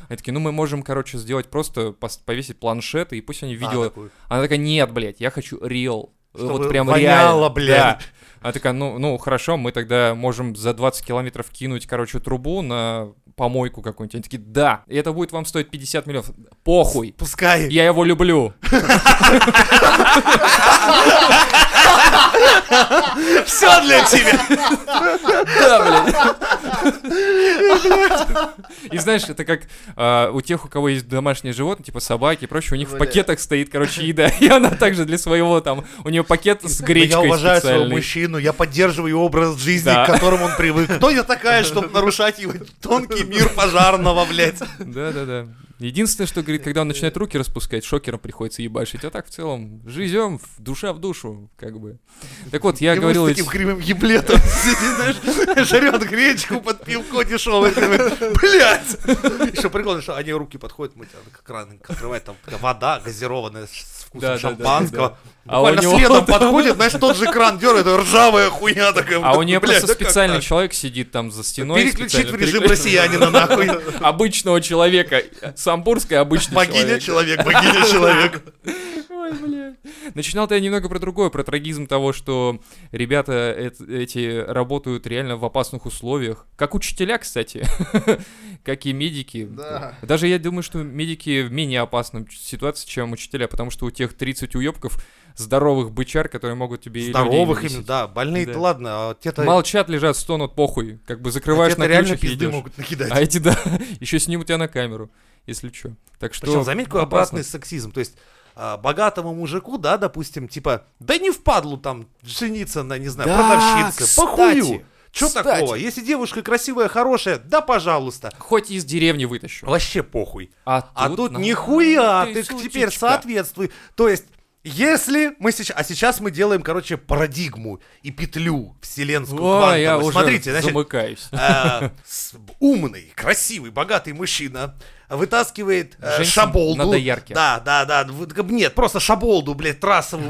S1: Они такие, ну, мы можем, короче, сделать просто пос- повесить планшеты, и пусть
S2: А,
S1: они видео... Она такая, нет, блядь, я хочу реал.
S2: Чтобы
S1: Вот прям
S2: воняло,
S1: реально.
S2: блядь.
S1: Да. Она такая, ну, ну хорошо, мы тогда можем за 20 километров кинуть, короче, трубу на помойку какую-нибудь. Они такие, да, и это будет вам стоить 50 миллионов. Похуй,
S2: Пускай.
S1: я его люблю.
S2: Все для тебя.
S1: Да, блядь. И знаешь, это как а, у тех, у кого есть домашние животные, типа собаки и прочее, у них в
S3: Блядь.
S1: пакетах стоит, короче, еда. И она также для своего там, у нее пакет с
S2: Но Я
S1: гречкой
S2: уважаю своего
S1: специальный.
S2: мужчину, я поддерживаю образ жизни,
S1: Да.
S2: к которому он привык. Кто я такая, чтобы нарушать его тонкий мир пожарного, блядь?
S1: Да, да, да. Единственное, что говорит, когда он начинает руки распускать, шокером приходится ебашить. А так в целом живем в- душа в душу, как бы. Так вот, я
S2: И вот
S1: говорил,
S2: с
S1: ведь-
S2: таким кривым еблетом сидит, знаешь, жрет гречку под пивко дешевое. Блять! Еще прикольно, что они руки подходят, мы как кран открывает, там такая вода газированная с вкусом
S1: Да-да-да-да-да.
S2: шампанского.
S1: А у
S2: Буквально
S1: него-
S2: следом подходит, знаешь, тот же кран дергает, ржавая хуйня такая.
S1: а у нее
S2: Блядь,
S1: просто
S2: да как
S1: специальный
S2: так?
S1: человек сидит там за стеной.
S2: Переключить в
S1: специально
S2: режим
S1: переключ-
S2: россиянина, нахуй.
S1: Обычного человека. Самбурская обычный
S2: Богиня
S1: человек.
S2: человек, богиня человек.
S1: Ой, Ой, блядь. Начинал-то я немного про другое, про трагизм того, что ребята эт- эти работают реально в опасных условиях. Как учителя, кстати, как и медики.
S3: Да.
S1: Даже я думаю, что медики в менее опасной ч- ситуации, чем учителя, потому что у тех 30 уебков здоровых бычар, которые могут тебе и людей
S2: Здоровых
S1: навесить.
S2: именно, да. Больные-то
S1: Да.
S2: ладно, а те-то...
S1: Молчат, лежат, стонут, похуй. Как бы
S2: а
S1: закрываешь
S2: те-то
S1: на
S2: реально
S1: ключик и
S2: пизды
S1: идёшь.
S2: могут накидать.
S1: А эти, да, еще снимут тебя на камеру, если что. Так что...
S2: Причем, заметь, какой
S1: опасно.
S2: обратный сексизм. То есть, а, богатому мужику, да, допустим, типа, да не впадлу там жениться на, не знаю,
S1: Да,
S2: продавщице.
S1: кстати.
S2: Похую. Че
S1: Кстати.
S2: такого? Если девушка красивая, хорошая, да, пожалуйста.
S1: Хоть из деревни вытащу.
S2: Вообще похуй.
S1: А
S2: А
S1: тут,
S2: тут
S1: на-
S2: нихуя, а ты
S1: сучечка.
S2: теперь соответствуй. То есть, если мы сейчас... А сейчас мы делаем, короче, парадигму и петлю вселенскую
S1: Ой, я
S2: квантовую.
S1: уже
S2: Смотрите, значит,
S1: замыкаюсь.
S2: э, с- умный, красивый, богатый мужчина вытаскивает э,
S1: Женщин
S2: шаболду.
S1: на доярке.
S2: Да, да, да. вы- как бы Нет, просто шаболду, блядь, трассовую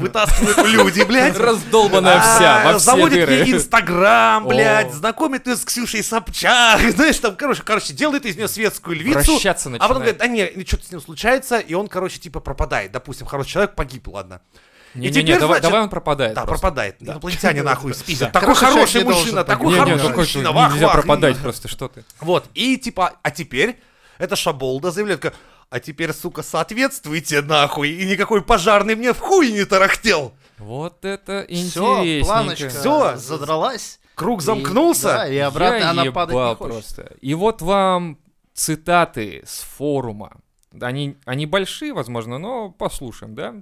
S2: вытаскивают люди, блядь.
S1: Раздолбанная вся,
S2: А,
S1: во все
S2: Заводит
S1: дыры.
S2: ей инстаграм,
S1: О.
S2: блядь, знакомит ее с Ксюшей Собчак, знаешь, там, короче, короче, делает из нее светскую львицу.
S1: Вращаться
S2: А потом говорит,
S1: начинает.
S2: да не, что-то с ним случается, и он, короче, типа пропадает. Допустим, хороший человек погиб, ладно.
S1: Не, не,
S2: теперь,
S1: не, давай,
S2: значит,
S1: давай он пропадает.
S2: Да,
S1: просто.
S2: пропадает. Инопланетяне нахуй спиздят.
S3: Да.
S2: Такой
S3: Хороший человек
S2: хороший
S3: не должен
S2: мужчина, такой
S1: Не, не,
S2: хороший
S1: какой-то
S2: мужчина, вах,
S1: нельзя
S2: вах.
S1: пропадать просто, что ты.
S2: Вот, и типа, а теперь эта шаболда заявляет, как, а теперь, сука, соответствуйте нахуй, и никакой пожарный мне в хуй не тарахтел.
S1: Вот это
S3: Все, планочка
S1: интересненько.
S2: Всё.
S3: задралась.
S2: Круг
S3: и-
S2: замкнулся.
S3: да, и обратно
S1: Я
S3: она падать не
S1: ебал
S3: хочет.
S1: просто. И вот вам цитаты с форума. Они, они большие, возможно, но послушаем, да?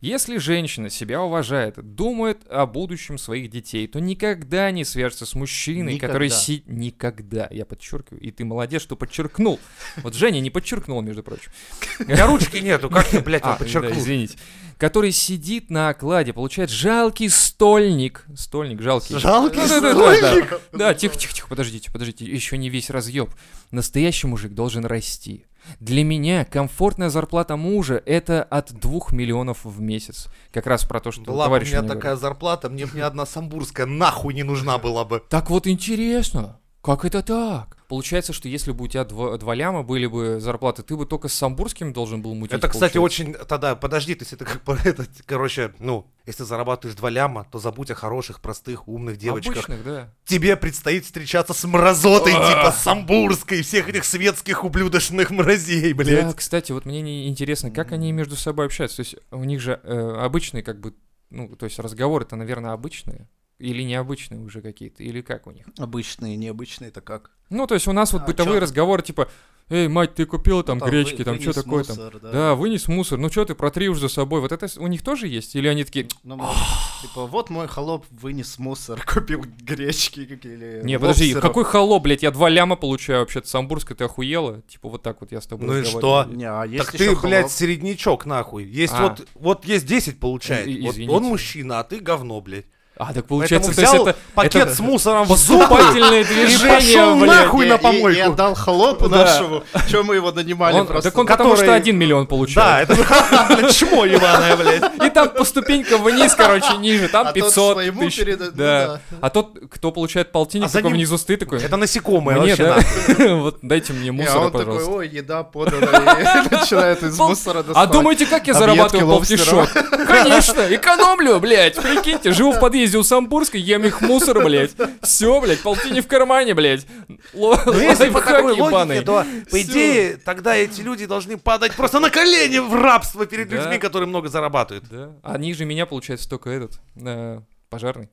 S1: Если женщина себя уважает, думает о будущем своих детей, то никогда не свяжется с мужчиной, который
S3: Никогда.
S1: си... Никогда, я подчеркиваю. И ты молодец, что подчеркнул. Вот Женя не подчеркнул, между прочим.
S2: У меня ручки нету, как я, блядь,
S1: А,
S2: вам подчеркнул.
S1: да, извините. Который сидит на окладе, получает жалкий стольник. Стольник, жалкий.
S2: Жалкий
S1: Да, да, да, да, да.
S2: стольник.
S1: Да, тихо, тихо, тихо, подождите, подождите, еще не весь разъеб. Настоящий мужик должен расти. Для меня комфортная зарплата мужа это от 2 миллионов в месяц. Как раз про то, что
S2: Была бы у
S1: товарищ
S2: меня
S1: мне
S2: такая зарплата, мне бы ни одна самбурская нахуй не нужна была бы.
S1: говорил. Так вот интересно, как это так? Получается, что если бы у тебя два, два ляма были бы зарплаты, ты бы только с самбурским должен был мутить.
S2: Это, кстати,
S1: получается.
S2: очень... Тогда, подожди, то есть это как бы, это, короче, ну, если зарабатываешь два ляма, то забудь о хороших, простых, умных девочках.
S1: Обычных, да.
S2: Тебе предстоит встречаться с мразотой, типа Самбурской, всех этих светских ублюдочных мразей,
S1: Да,
S2: блядь.
S1: кстати, вот мне не интересно, как они между собой общаются. То есть у них же э, обычные, как бы, ну, то есть разговоры-то, наверное, обычные. Или необычные уже какие-то, или как у них?
S3: Обычные, необычные, это как?
S1: Ну, то есть у нас вот
S3: А,
S1: бытовые
S3: чё?
S1: разговоры, типа, эй, мать, ты купила
S2: Ну,
S1: там
S3: Там
S1: гречки,
S3: вы-
S1: там что
S3: вынес
S1: такое там?
S3: мусор, да.
S1: Да, вынес мусор, ну что ты протри уж за собой, вот это с- у них тоже есть? Или они такие,
S3: Ну, может, типа, вот мой холоп вынес мусор, купил гречки как- или
S2: Э,
S1: не, подожди,
S3: лобстера».
S1: какой холоп, блядь, я два ляма получаю вообще-то, Самбурска, ты охуела? Типа вот так вот я с тобой
S2: Ну и
S1: разговариваю.
S2: что?
S3: Не, а есть
S2: Так
S3: ещё
S2: ты, блядь,
S3: холоп.
S2: середнячок, нахуй. Есть
S1: А.
S2: вот, вот есть 10 получает.
S1: И-
S2: Вот
S1: извините.
S2: он мужчина, а ты говно, блядь.
S1: А, так
S2: Поэтому
S1: получается, то есть
S2: взял
S1: это...
S2: пакет
S1: это
S2: с мусором в зубы.
S1: Поступательные
S2: И пошел
S1: движения, блядь.
S2: нахуй
S3: И-
S2: на
S3: и- И
S2: помойку.
S3: отдал холопу
S1: Да.
S3: нашему, чем мы его нанимали
S1: Он-
S3: просто.
S1: так он потому что
S2: который-
S1: один миллион
S2: Да,
S1: получает.
S2: это блядь, чмо ебаное, блядь.
S1: И там по ступенькам вниз, короче, ниже, там
S3: А тот
S1: 500
S3: своему
S1: тысяч.
S3: передает, ну
S1: Да. А тот, кто получает полтинник,
S2: А за
S1: такой
S2: ним-
S1: внизу ты такой.
S2: Это насекомое
S1: Мне,
S2: вообще,
S1: да?
S2: нахуй.
S1: Вот дайте мне
S3: Не, а
S1: мусора,
S3: он такой,
S1: пожалуйста.
S3: ой, еда подана, и начинает из мусора
S1: А
S3: доставать.
S1: думаете, как я
S3: объедки
S1: зарабатываю
S3: лобстера.
S1: полтишок? Конечно, экономлю, блядь, прикиньте, живу в подъезде у Самбурской, ем их мусор, блядь. Все, блядь, полтинник в кармане, блядь. Ло-
S2: Ну, если по
S1: Лайфхак
S2: такой
S1: ебаный.
S2: логике, то, по
S1: Всё.
S2: идее, тогда эти люди должны падать просто на колени в рабство перед
S1: Да.
S2: людьми, которые много зарабатывают.
S1: Да. А ниже меня, получается, только этот, э, пожарный.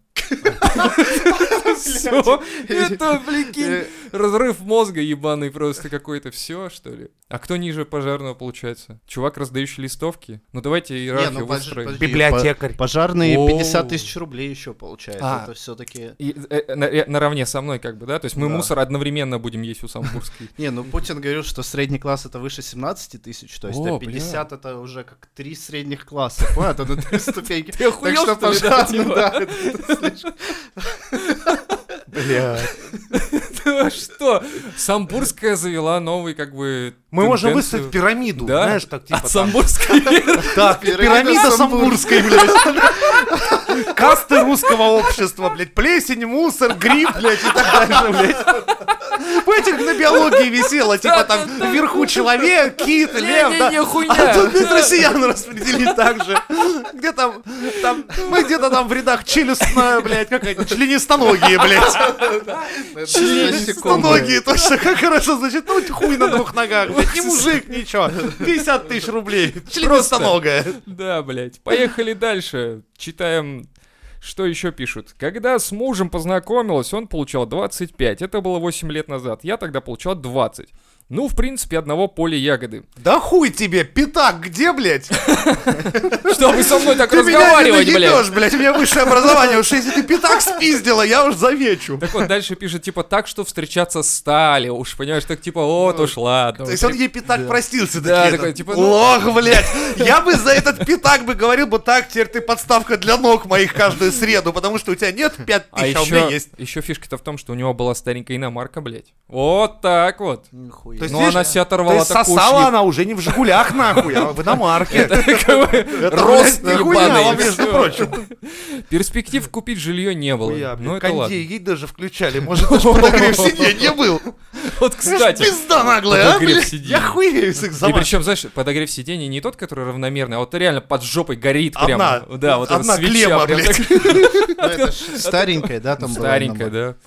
S1: Всё. Это, прикинь,
S3: Э,
S1: разрыв мозга ебаный просто какой-то. Все, что ли? А кто ниже пожарного, получается? Чувак, раздающий листовки? Ну, давайте
S3: Не,
S1: иерархию
S3: ну, подожди,
S1: выстроим.
S3: подожди,
S2: Библиотекарь.
S3: по- Пожарные 50
S1: Оу.
S3: тысяч рублей еще получает.
S1: А.
S3: Это все-таки...
S1: И, э, э, на- э, наравне со мной, как бы, да? То есть мы
S3: Да.
S1: мусор одновременно будем есть у Самбурской.
S3: Не, ну Путин говорил, что средний класс это выше 17 тысяч, то есть
S1: О,
S3: а 50 это уже как три средних класса. Понял? Это на три ступеньки.
S1: Ты
S3: Так
S1: охуел,
S3: что
S1: что ли, да,
S3: пожарный,
S1: типа?
S3: да, это слишком.
S2: Бля.
S1: Да Что? Самбурская завела новый, как бы,
S2: Мы можем
S1: тенденцию.
S2: выставить пирамиду,
S1: Да?
S2: знаешь, так типа
S1: От
S2: там.
S1: Самбурской?
S2: Так, пирамида самбурская, блядь. Касты русского общества, блядь. Плесень, мусор, гриб, блядь, и так дальше, блядь. Помните, как на биологии висело, типа там вверху человек, кит, лев, да?
S1: Не-не-не, хуйня.
S2: А тут ведь
S1: Да.
S2: россиян распределили так же. Где там, там, мы где-то там в рядах челюстно, блядь, как они, членистоногие, блядь. Членистоногие, точно, как хорошо, значит, ну хуй на двух ногах, блядь, не мужик, ничего. 50 тысяч рублей, членистоногая.
S1: Да, блядь. Поехали дальше. Читаем, что еще пишут. Когда с мужем познакомилась, он получал 25. Это было 8 лет назад. Я тогда получал 20. Ну, в принципе, одного поля ягоды.
S2: Да хуй тебе, пятак где, блядь?
S1: Что вы со мной так
S2: Ты меня не
S1: разговариваете,
S2: наебешь,
S1: блядь?
S2: блядь, у меня высшее образование, уж если ты пятак спиздила, я уж замечу.
S1: Так вот, дальше пишет, типа, так, что встречаться стали. Уж, понимаешь, так, типа, вот уж, ладно.
S2: То есть он ей пятак простился.
S1: Да,
S2: такие,
S1: такой,
S2: там,
S1: типа, ну-
S2: Лох, блядь. Я бы за этот пятак бы говорил бы так, теперь ты подставка для ног моих каждую среду, потому что у тебя нет пять
S1: А
S2: тысяч, а у меня
S1: еще,
S2: есть.
S1: еще фишка-то в том, что у него была старенькая иномарка, блядь. Вот так вот.
S2: То есть,
S1: Но
S2: видишь,
S1: она себя
S2: то
S1: оторвала
S2: есть
S1: такую
S2: сосала она уже не в Жигулях, нахуй, а в иномарке.
S1: Рост
S2: блядь, нихуя
S1: ебаный.
S2: вам, между
S1: Всё.
S2: прочим.
S1: Перспектив купить жилье не было.
S2: Хуя,
S1: Ну
S2: блядь,
S1: это ладно.
S2: Кондей ей даже включали, может, даже подогрев сиденья был.
S1: Вот, кстати.
S2: Пизда наглая, а,
S1: подогрев
S2: блядь.
S1: сиденья.
S2: Я хуею с их
S1: И
S2: замах.
S1: причем, знаешь, подогрев сидений не тот, который равномерный, а вот реально под жопой горит прям.
S2: Одна.
S1: Да, вот эта
S2: Одна
S1: свеча
S2: клемма,
S1: прям
S2: блядь.
S1: так-
S3: Ну, Старенькая, да, там была
S1: Старенькая,
S3: одна
S1: да.
S3: марка?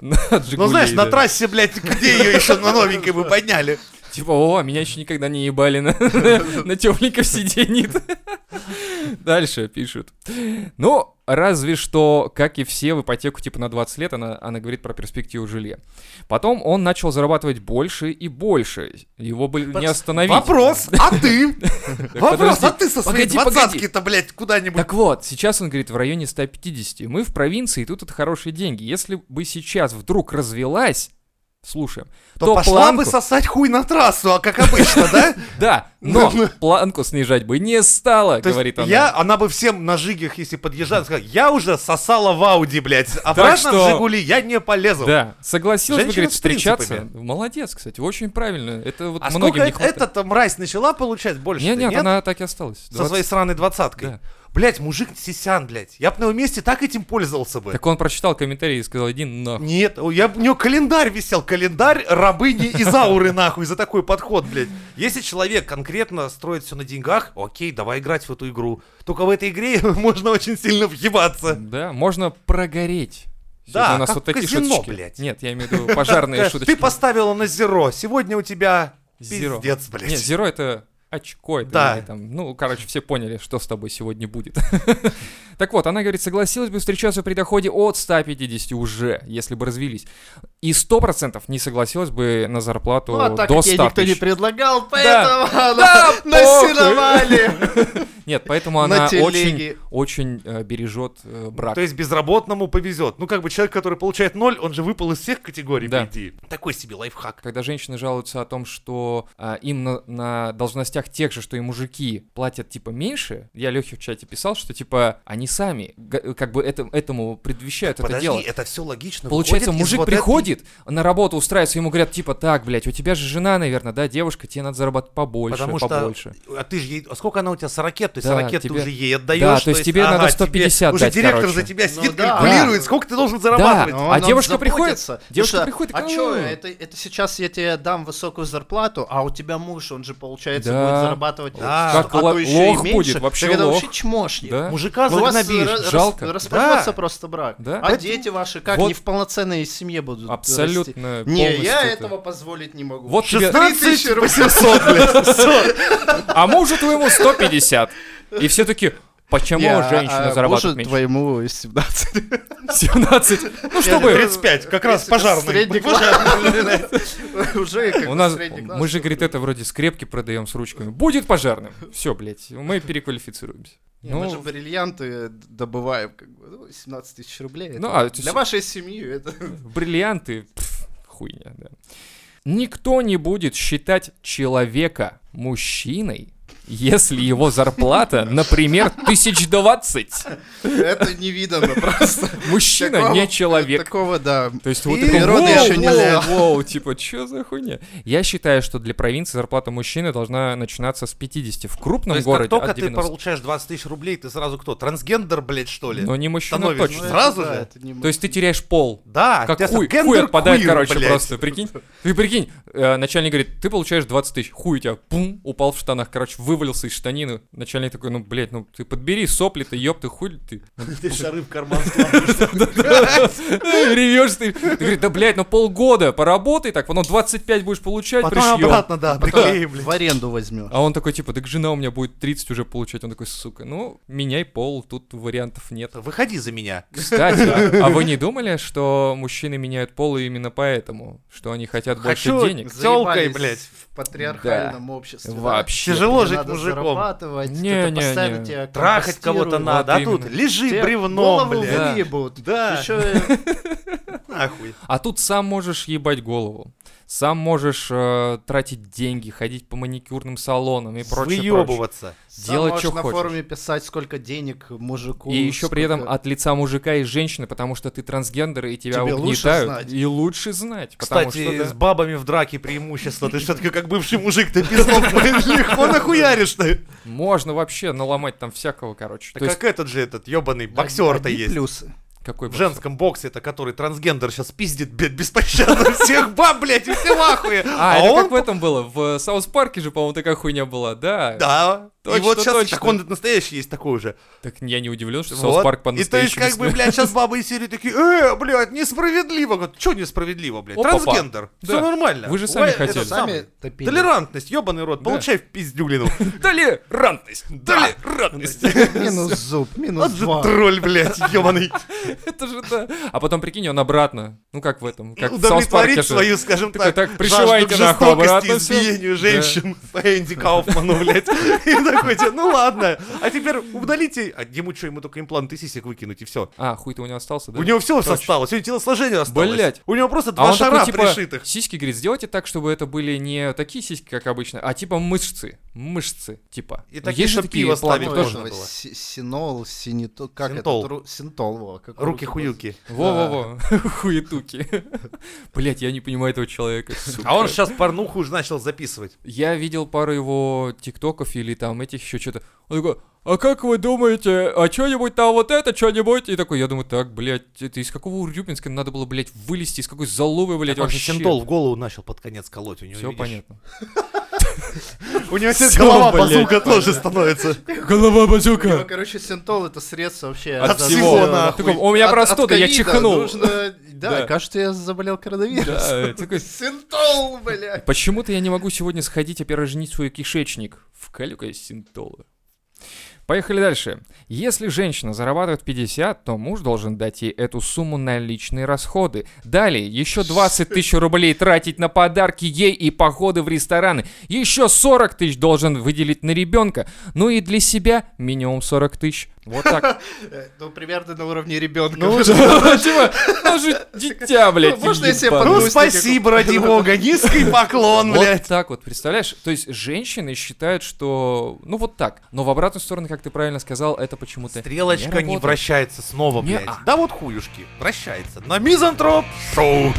S3: Понятно.
S1: От
S2: Ну,
S1: «Жигулей»,
S2: знаешь, на
S1: да.
S2: трассе, блядь, где ее еще на новенькой бы подняли?
S1: Типа, о, меня еще никогда не ебали на, на тепленьком сиденье. Дальше пишут. Ну, разве что, как и все, в ипотеку типа на 20 лет, она, она говорит про перспективу жилья. Потом он начал зарабатывать больше и больше. Его бы не остановить.
S2: Вопрос, а ты? Вопрос,
S1: подожди.
S2: а ты со своей
S1: Погоди, погоди.
S2: двадцатки-то, блядь, куда-нибудь?
S1: Так вот, сейчас он говорит в районе 150. Мы в провинции, и тут это хорошие деньги. Если бы сейчас вдруг развелась, слушаем,
S2: То,
S1: то,
S2: пошла
S1: планку...
S2: бы сосать хуй на трассу, а как обычно, да?
S1: Да, но планку снижать бы не стало,
S2: Ну. То есть
S1: говорит она.
S2: я, она бы всем на жигах, если подъезжала, сказала, я уже сосала в Ауди, блядь, обратно в
S1: что-
S2: Жигули я не полезу.
S1: Да, согласилась, бы,
S2: Женщина
S1: говорит,
S2: с
S1: встречаться.
S2: принципами.
S1: Молодец, кстати, очень правильно. Это вот
S2: А сколько
S1: многим не
S2: эта
S1: хватает.
S2: эта мразь начала получать больше?
S1: Нет, нет, она так и осталась.
S2: Со
S1: 20.
S2: своей сраной двадцаткой.
S1: Да.
S2: Блядь, мужик сисян, блядь. Я бы на его месте так этим пользовался бы.
S1: Так он прочитал комментарий и сказал, иди нахуй.
S2: Нет, у, я, у него календарь висел, календарь рабыни из ауры, нахуй, за такой подход, блядь. Если человек конкретно строит все на деньгах, окей, давай играть в эту игру. Только в этой игре можно очень сильно въебаться.
S1: Да, можно прогореть.
S2: Да,
S1: Сегодня у нас
S2: как
S1: вот такие
S2: казино,
S1: шуточки.
S2: блядь.
S1: Нет, я имею в виду пожарные
S2: Ты
S1: шуточки.
S2: поставила на зеро, сегодня у тебя
S1: Зеро.
S2: пиздец, блядь.
S1: Нет, зеро это очко, это
S2: Да.
S1: или там, ну, короче, все поняли, что с тобой сегодня будет. Так вот, она говорит, согласилась бы встречаться при доходе от 150 уже, если бы развелись. И 100% не согласилась бы на зарплату
S3: Ну, а так
S1: до
S3: как ей
S1: 100
S3: никто не
S1: тысяч.
S3: предлагал, поэтому
S1: Да,
S3: она
S1: похуй.
S3: насиловали.
S1: Нет, поэтому
S3: на
S1: она очень,
S3: телеге.
S1: очень э, бережет э, брак.
S2: То есть безработному повезет. Ну, как бы человек, который получает ноль, он же выпал из всех категорий,
S1: Да.
S2: по идее. Такой себе лайфхак.
S1: Когда женщины жалуются о том, что а, им на, на должностях тех же, что и мужики, платят типа меньше, я Лехе в чате писал, что типа они сами г- как бы это- этому предвещают это
S2: Подожди,
S1: дело.
S2: это все
S3: Ну,
S2: логично.
S1: Получается,
S2: выходит из
S1: мужик
S2: вот этой-
S1: приходит на работу, устраивается, ему говорят, типа, так, блядь, у тебя же жена, наверное, да, девушка, тебе надо зарабатывать побольше,
S2: Потому что,
S1: побольше.
S2: а ты же ей, а сколько она у тебя, 40 лет? То есть
S1: Да,
S2: 40 лет
S1: тебе-
S2: ты уже ей отдаешь.
S1: Да, то есть тебе надо
S2: тебе
S1: 150
S2: Уже
S1: дать,
S2: директор
S1: короче.
S2: за тебя сидит,
S3: Ну да.
S2: калькулирует,
S3: Да.
S2: сколько ты должен зарабатывать.
S3: Ну,
S1: А девушка приходит- девушка
S3: Девушка
S1: приходит,
S3: А
S1: такая,
S3: чё,
S1: «Ой».
S3: это, это сейчас я тебе дам высокую зарплату, а у тебя муж, он же, получается,
S1: Да.
S3: будет зарабатывать
S2: Да.
S3: сто-
S1: Как
S3: а
S1: ло-
S3: то еще и
S1: лох
S3: меньше.
S1: будет, вообще
S3: Так это
S1: лох.
S3: вообще чмошник.
S1: Да?
S2: Мужика
S3: Ну, у вас
S2: загнобишь.
S3: ра-
S1: жалко.
S3: рас- распадётся
S2: Да.
S3: просто брак.
S1: Да.
S3: А
S1: Поэтому-
S3: дети ваши как?
S1: Вот.
S3: Не в полноценной семье будут расти.
S1: Абсолютно
S3: Не, я
S1: полностью это-
S3: этого позволить не могу.
S1: Вот тебе-
S2: 16 800, блядь. Всё.
S1: А мужу твоему 150. И все таки почему
S3: Не, а-
S1: женщина
S3: а
S1: зарабатывает
S3: мужу
S1: меньше?
S3: твоему из 17.
S1: 17. Ну, чтобы...
S2: 35, как раз пожарный.
S3: Средний класс. Уже как
S1: У
S3: бы
S1: нас,
S3: средний класс.
S1: мы же, говорит, это вроде скрепки продаем с ручками. Будет пожарным. Все, блядь, мы переквалифицируемся. Ну,
S3: Не, Мы же бриллианты добываем, как бы, ну, 17 тысяч рублей.
S1: Ну,
S3: это
S1: а, то
S3: Для
S1: есть-
S3: вашей семьи это...
S1: бриллианты, пф, хуйня, да. Никто не будет считать человека мужчиной, если его зарплата, например, тысяч двадцать.
S3: Это невиданно просто.
S1: Мужчина
S3: Такого-
S1: не человек.
S3: Такого, да.
S1: То есть вот
S3: И
S1: такой,
S3: природа
S1: «Воу,
S3: еще не
S1: воу,
S3: знала».
S1: воу», типа, что за хуйня? Я считаю, что для провинции зарплата мужчины должна начинаться с 50. В
S2: То
S1: крупном
S2: есть, как
S1: городе
S2: только
S1: от
S2: ты
S1: 90.
S2: получаешь 20 тысяч рублей, ты сразу кто? Трансгендер, блядь, что ли?
S1: Но не мужчина
S2: становишься,
S1: точно.
S2: ну, Сразу
S3: Да,
S2: же?
S3: это не
S1: То есть ты теряешь пол.
S2: Да,
S1: Как
S2: тебя
S1: хуй,
S2: А гендер
S1: хуй отпадает,
S2: квир,
S1: короче,
S2: блядь.
S1: просто, прикинь. Ты прикинь, э, начальник говорит, ты получаешь 20 тысяч, хуй у тебя, пум, упал в штанах, короче, вывалился из штанины. Начальник такой, ну, блядь, ну, ты подбери сопли, ты ёб, ты хуй ли ты.
S2: Ты шары в карман складываешь.
S1: Ну, Ревешь ты. Ты говоришь, да, блядь, ну, полгода поработай так, потом 25 будешь получать,
S2: А Потом
S1: пришьем.
S2: обратно, да,
S3: Потом
S2: приклеим, блядь.
S3: В аренду возьмешь.
S1: А он такой, типа, так жена у меня будет 30 уже получать. Он такой, сука, ну, меняй пол, тут вариантов нет.
S2: Выходи за меня.
S1: Кстати, а а вы не думали, что мужчины меняют пол именно поэтому? Что они хотят больше
S2: Хочу
S1: денег?
S2: с тёлкой,
S3: Заебались
S2: блядь.
S3: В патриархальном обществе. да.
S1: Вообще.
S2: Тяжело
S3: Тебе
S2: жить
S3: надо
S2: мужиком.
S3: зарабатывать,
S1: Не,
S3: кто-то
S1: не,
S3: поставит
S1: не.
S3: тебя,
S2: Трахать
S3: компостирует.
S2: кого-то надо, а тут
S1: именно.
S2: лежи
S3: Тебе
S2: бревном,
S3: голову
S2: блядь.
S3: выебут.
S2: Да.
S3: Еще
S2: Нахуй.
S1: А тут сам можешь ебать голову. Сам можешь э, тратить деньги, ходить по маникюрным салонам и прочее. прочее.
S2: Выебываться.
S1: Делать,
S3: можешь
S1: чё
S3: на
S1: хочешь.
S3: форуме писать, сколько денег мужику.
S1: И еще при этом
S3: сколько-
S1: от лица мужика и женщины, потому что ты трансгендер и тебя
S3: Тебе лучше
S1: угнетают.
S3: знать.
S1: И лучше знать. потому
S2: Кстати,
S1: что, да.
S2: с бабами в драке преимущество. Ты все-таки как бывший мужик, ты пиздок, блядь, легко нахуяришь ты.
S1: можно вообще наломать там всякого, короче.
S2: Да
S1: То есть,
S2: как этот же этот ебаный боксер-то
S3: Одни
S2: есть.
S3: плюсы.
S1: какой
S2: В женском боксе, это который трансгендер сейчас пиздит бе- беспощадно всех баб, блядь, и все в ахуе.
S1: А,
S2: А
S1: это как в
S2: он...
S1: этом было? В Саус Парке же, по-моему, такая хуйня была, да?
S2: Да, и
S1: Точно,
S2: вот сейчас
S1: точно.
S2: так он настоящий есть такой уже.
S1: Так я не удивлен, что
S2: Вот.
S1: Саус Парк
S2: И то есть,
S1: по-настоящему...
S2: как бы, блядь, сейчас бабы из серии такие, э, блядь, несправедливо. Говорят, Чё несправедливо, блядь?
S1: Опа-па.
S2: Трансгендер.
S1: Да.
S2: Все нормально.
S1: Вы же сами
S2: Ой, это
S1: хотели.
S2: самое.
S3: Сами топили.
S2: Толерантность, ебаный рот,
S1: Да.
S2: получай в пиздюлину.
S1: Толерантность!
S2: Да.
S1: Толерантность!
S3: Минус зуб, минус
S2: Вот же
S3: два.
S2: тролль, блядь, ебаный.
S1: Это же да. А потом, прикинь, он обратно. Ну, как в этом. Как в Саус Парке.
S2: Удовлетворить
S1: же.
S2: свою, скажем
S1: Такой, так,
S2: так, жажду
S1: пришивайте
S2: к
S1: нахуй
S2: жестокости,
S1: обратно всё.
S2: избиению
S1: Да.
S2: женщин по Энди Кауфману, блядь. И такой, типа, ну ладно, а теперь удалите. А ему что, ему только импланты сисек выкинуть и все.
S1: А, хуй-то у него остался, да?
S2: У него все
S1: Точно.
S2: осталось, у него телосложение осталось.
S1: Блядь.
S2: У него просто
S1: А
S2: два
S1: он
S2: шара
S1: такой, типа,
S2: пришитых.
S1: сиськи, говорит, сделайте так, чтобы это были не такие сиськи, как обычно, а типа мышцы. Мышцы, типа.
S2: И
S1: Ну,
S2: такие,
S1: есть же
S2: чтоб пиво
S1: планы
S2: ставить
S3: Ой,
S1: тоже.
S2: можно.
S3: этого
S2: было.
S3: си- Синол, синитол, как
S2: Синтол.
S3: это? Синтол, во. как
S2: Руки-хуюки.
S1: Во-во-во, хуетуки. Блять, я не понимаю этого человека, сука.
S2: А он сейчас порнуху уже начал записывать.
S1: Я видел пару его тиктоков или там этих еще что-то. Он такой, а как вы думаете, а что-нибудь там вот это, что-нибудь? И такой, я думаю, так, блядь, это из какого Урюпинска надо было, блядь, вылезти, из какой заловы, блядь,
S2: Так Он же
S1: вообще.
S2: синтол в голову начал под конец колоть. У него,
S1: Все
S2: видишь,
S1: понятно.
S2: У него теперь
S1: Всё,
S2: голова
S1: блядь,
S2: базука тоже становится.
S1: Голова
S3: Ну,
S1: базука!
S3: короче, синтол это средство вообще
S2: От
S3: за-
S2: всего,
S3: за-
S2: нахуй.
S1: Ты такой, у меня
S3: От-
S1: простуда,
S3: от
S1: я
S3: ковида
S1: чихнул.
S3: нужно- Да,
S1: Да.
S3: кажется, я заболел коронавирусом.
S1: Да, такой,
S3: Синтол, блядь.
S1: Почему-то я не могу сегодня сходить оперожнить свой кишечник. Вкалю-ка я синтола. Поехали дальше. Если женщина зарабатывает 50, то муж должен дать ей эту сумму на личные расходы. Далее еще 20 тысяч рублей тратить на подарки ей и походы в рестораны. Еще 40 тысяч должен выделить на ребенка. Ну и для себя минимум 40 тысяч. Вот так.
S3: Э, Ну, примерно на уровне ребенка.
S1: Ну, типа, ну же дитя, блядь.
S3: можно я себе
S1: ебаное.
S3: подумаю?
S2: Ну,
S3: Грустненько.
S2: спасибо, ради бога, низкий поклон,
S1: Вот
S2: блядь.
S1: так вот, представляешь? То есть женщины считают, что... Ну вот так. Но в обратную сторону, как ты правильно сказал, это почему-то...
S2: Стрелочка не
S1: работает.
S2: вращается снова,
S1: Не-а.
S2: блядь. Да вот хуюшки, вращается. На мизантроп шоу.